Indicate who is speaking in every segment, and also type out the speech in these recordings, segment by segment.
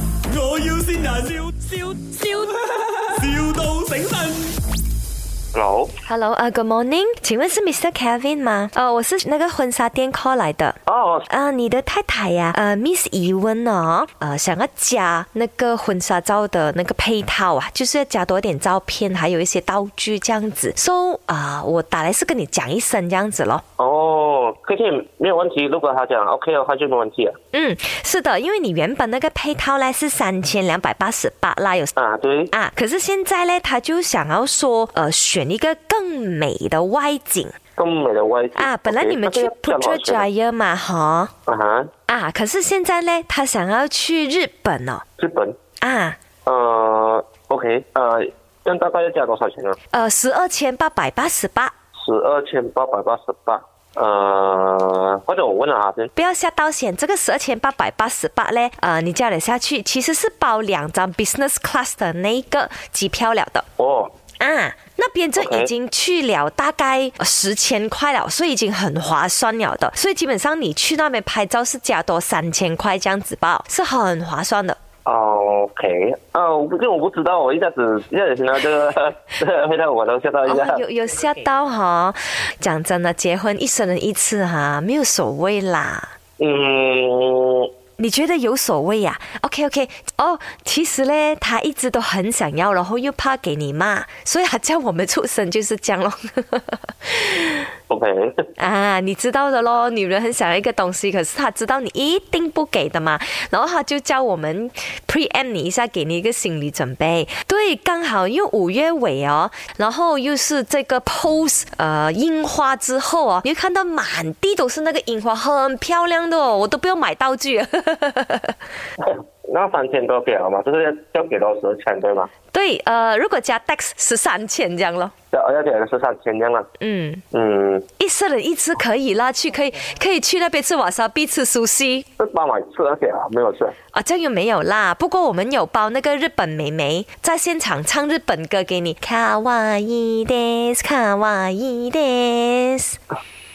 Speaker 1: 要先人，笑笑笑，,笑到醒神。
Speaker 2: Hello，
Speaker 3: Hello，啊、g o o d morning，请问是 Mr. Kevin 吗？呃，我是那个婚纱店 call 来的。
Speaker 2: 哦，
Speaker 3: 啊、你的太太呀、呃，Miss 怡温哦，呃，想要加那个婚纱照的那个配套啊，就是要加多点照片，还有一些道具这样子。So 啊、我打来是跟你讲一声这样子咯。
Speaker 2: 哦，可以，没有问题。如果他讲 OK 的话，就没问题了。
Speaker 3: 嗯，是的，因为你原本那个配套呢是三千两百八十八啦，有
Speaker 2: 啊，对，
Speaker 3: 啊，可是现在呢，他就想要说，呃，选一个更美的外景
Speaker 2: 更美的外景
Speaker 3: 啊。本来你们去 p u t r a d r
Speaker 2: a
Speaker 3: y e r 嘛，哈
Speaker 2: 啊哈，
Speaker 3: 啊，可是现在呢，他想要去日本哦，
Speaker 2: 日本，
Speaker 3: 啊，
Speaker 2: 呃，OK，呃，这样大概要加多少钱呢？啊
Speaker 3: 呃，十二千八百八十八，
Speaker 2: 十二千八百八十八，呃，或者我问了他先。
Speaker 3: 不要吓到险，这个十二千八百八十八呢，呃，你叫了下去，其实是包两张 business class 的那一个机票了的。
Speaker 2: 哦，
Speaker 3: 啊，那边这
Speaker 2: OK
Speaker 3: 已经去了大概十千块了，所以已经很划算了的。所以基本上你去那边拍照是加多三千块这样子吧，是很划算的。
Speaker 2: 哦 OK，啊，我不因为我不知道，我一下子一下子听到这个， 这个会让我都吓到一下。
Speaker 3: 哦、有有吓到哈、讲真的，结婚一生人一次哈、没有所谓啦。
Speaker 2: 嗯，
Speaker 3: 你觉得有所谓呀、o k OK，哦，其实呢，他一直都很想要，然后又怕给你骂，所以他叫我们出生就是这样咯。
Speaker 2: OK，
Speaker 3: 啊，你知道的咯，女人很想要一个东西，可是她知道你一定不给的嘛，然后她就叫我们 preempt 你一下，给你一个心理准备。对，刚好因为五月尾哦，然后又是这个 post 呃樱花之后哦，你会看到满地都是那个樱花，很漂亮的哦，我都不用买道具。
Speaker 2: 那三千多给了嘛，就是要要给到十千对吗？
Speaker 3: 对，呃，如果加 tax 十三千这样咯，
Speaker 2: 要要给的是三千这样啊。
Speaker 3: 嗯，
Speaker 2: 嗯，
Speaker 3: 一生人一次可以啦，去可以可以去那边吃瓦萨必吃苏西。
Speaker 2: 是帮买吃而且啊，没有吃。
Speaker 3: 啊，这样又没有啦。不过我们有包那个日本妹妹在现场唱日本歌给你。卡哇伊です卡哇伊です。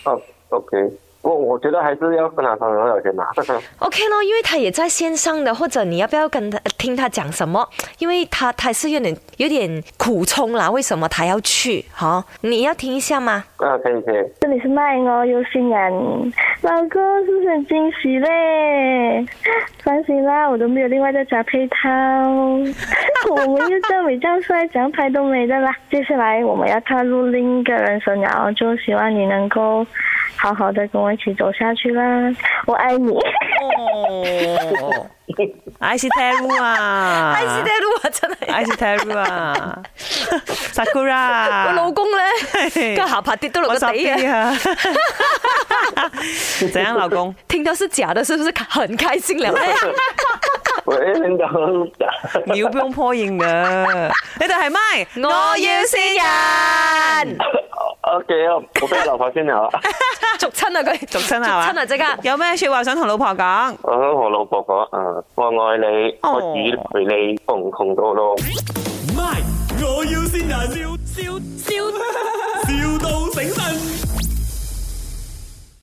Speaker 2: 哦，OK，我我觉得还是要跟他商量要钱拿。 啊
Speaker 3: OK 咯，因为她也在线上的，或者你要不要跟她听她讲什么？因为她她是有点有点苦衷啦，为什么她要去？哈、你要听一下吗？
Speaker 2: 啊，可以可以。
Speaker 4: 这里是卖我有心人，老公是不是很惊喜嘞？放心啦，我都没有另外再加配套，我们又在美照帅，怎样拍都美的啦。接下来我们要踏入另一个人生了，就希望你能够好好的跟我一起走下去啦，我爱你。
Speaker 5: 哦，爱是 Teru 啊，
Speaker 3: 爱是在录啊，真的。
Speaker 5: 爱是 Teru 啊，Sakura，
Speaker 3: 我老公
Speaker 5: 嘿
Speaker 3: 咧，個下巴跌到落
Speaker 5: 我
Speaker 3: 個
Speaker 5: 傻
Speaker 3: 地
Speaker 5: 逼
Speaker 3: 啊！
Speaker 5: 啊，怎样老公？
Speaker 3: 聽到是假的，是不是很開心 了咧？
Speaker 2: 我一天讲讲，
Speaker 5: 你要不用破音嘅，你哋係咪？
Speaker 3: 我要先人。
Speaker 2: OK 哦，我被老婆先聊了。
Speaker 3: 逐親啊 佢，
Speaker 5: 俗親 啊嘛
Speaker 3: 逐親啊即刻。
Speaker 5: 有咩说話想同老婆講？
Speaker 2: 我跟我老婆講，啊，我愛你，我只陪你窮窮到老。
Speaker 1: 唔係，我要先人，笑笑笑，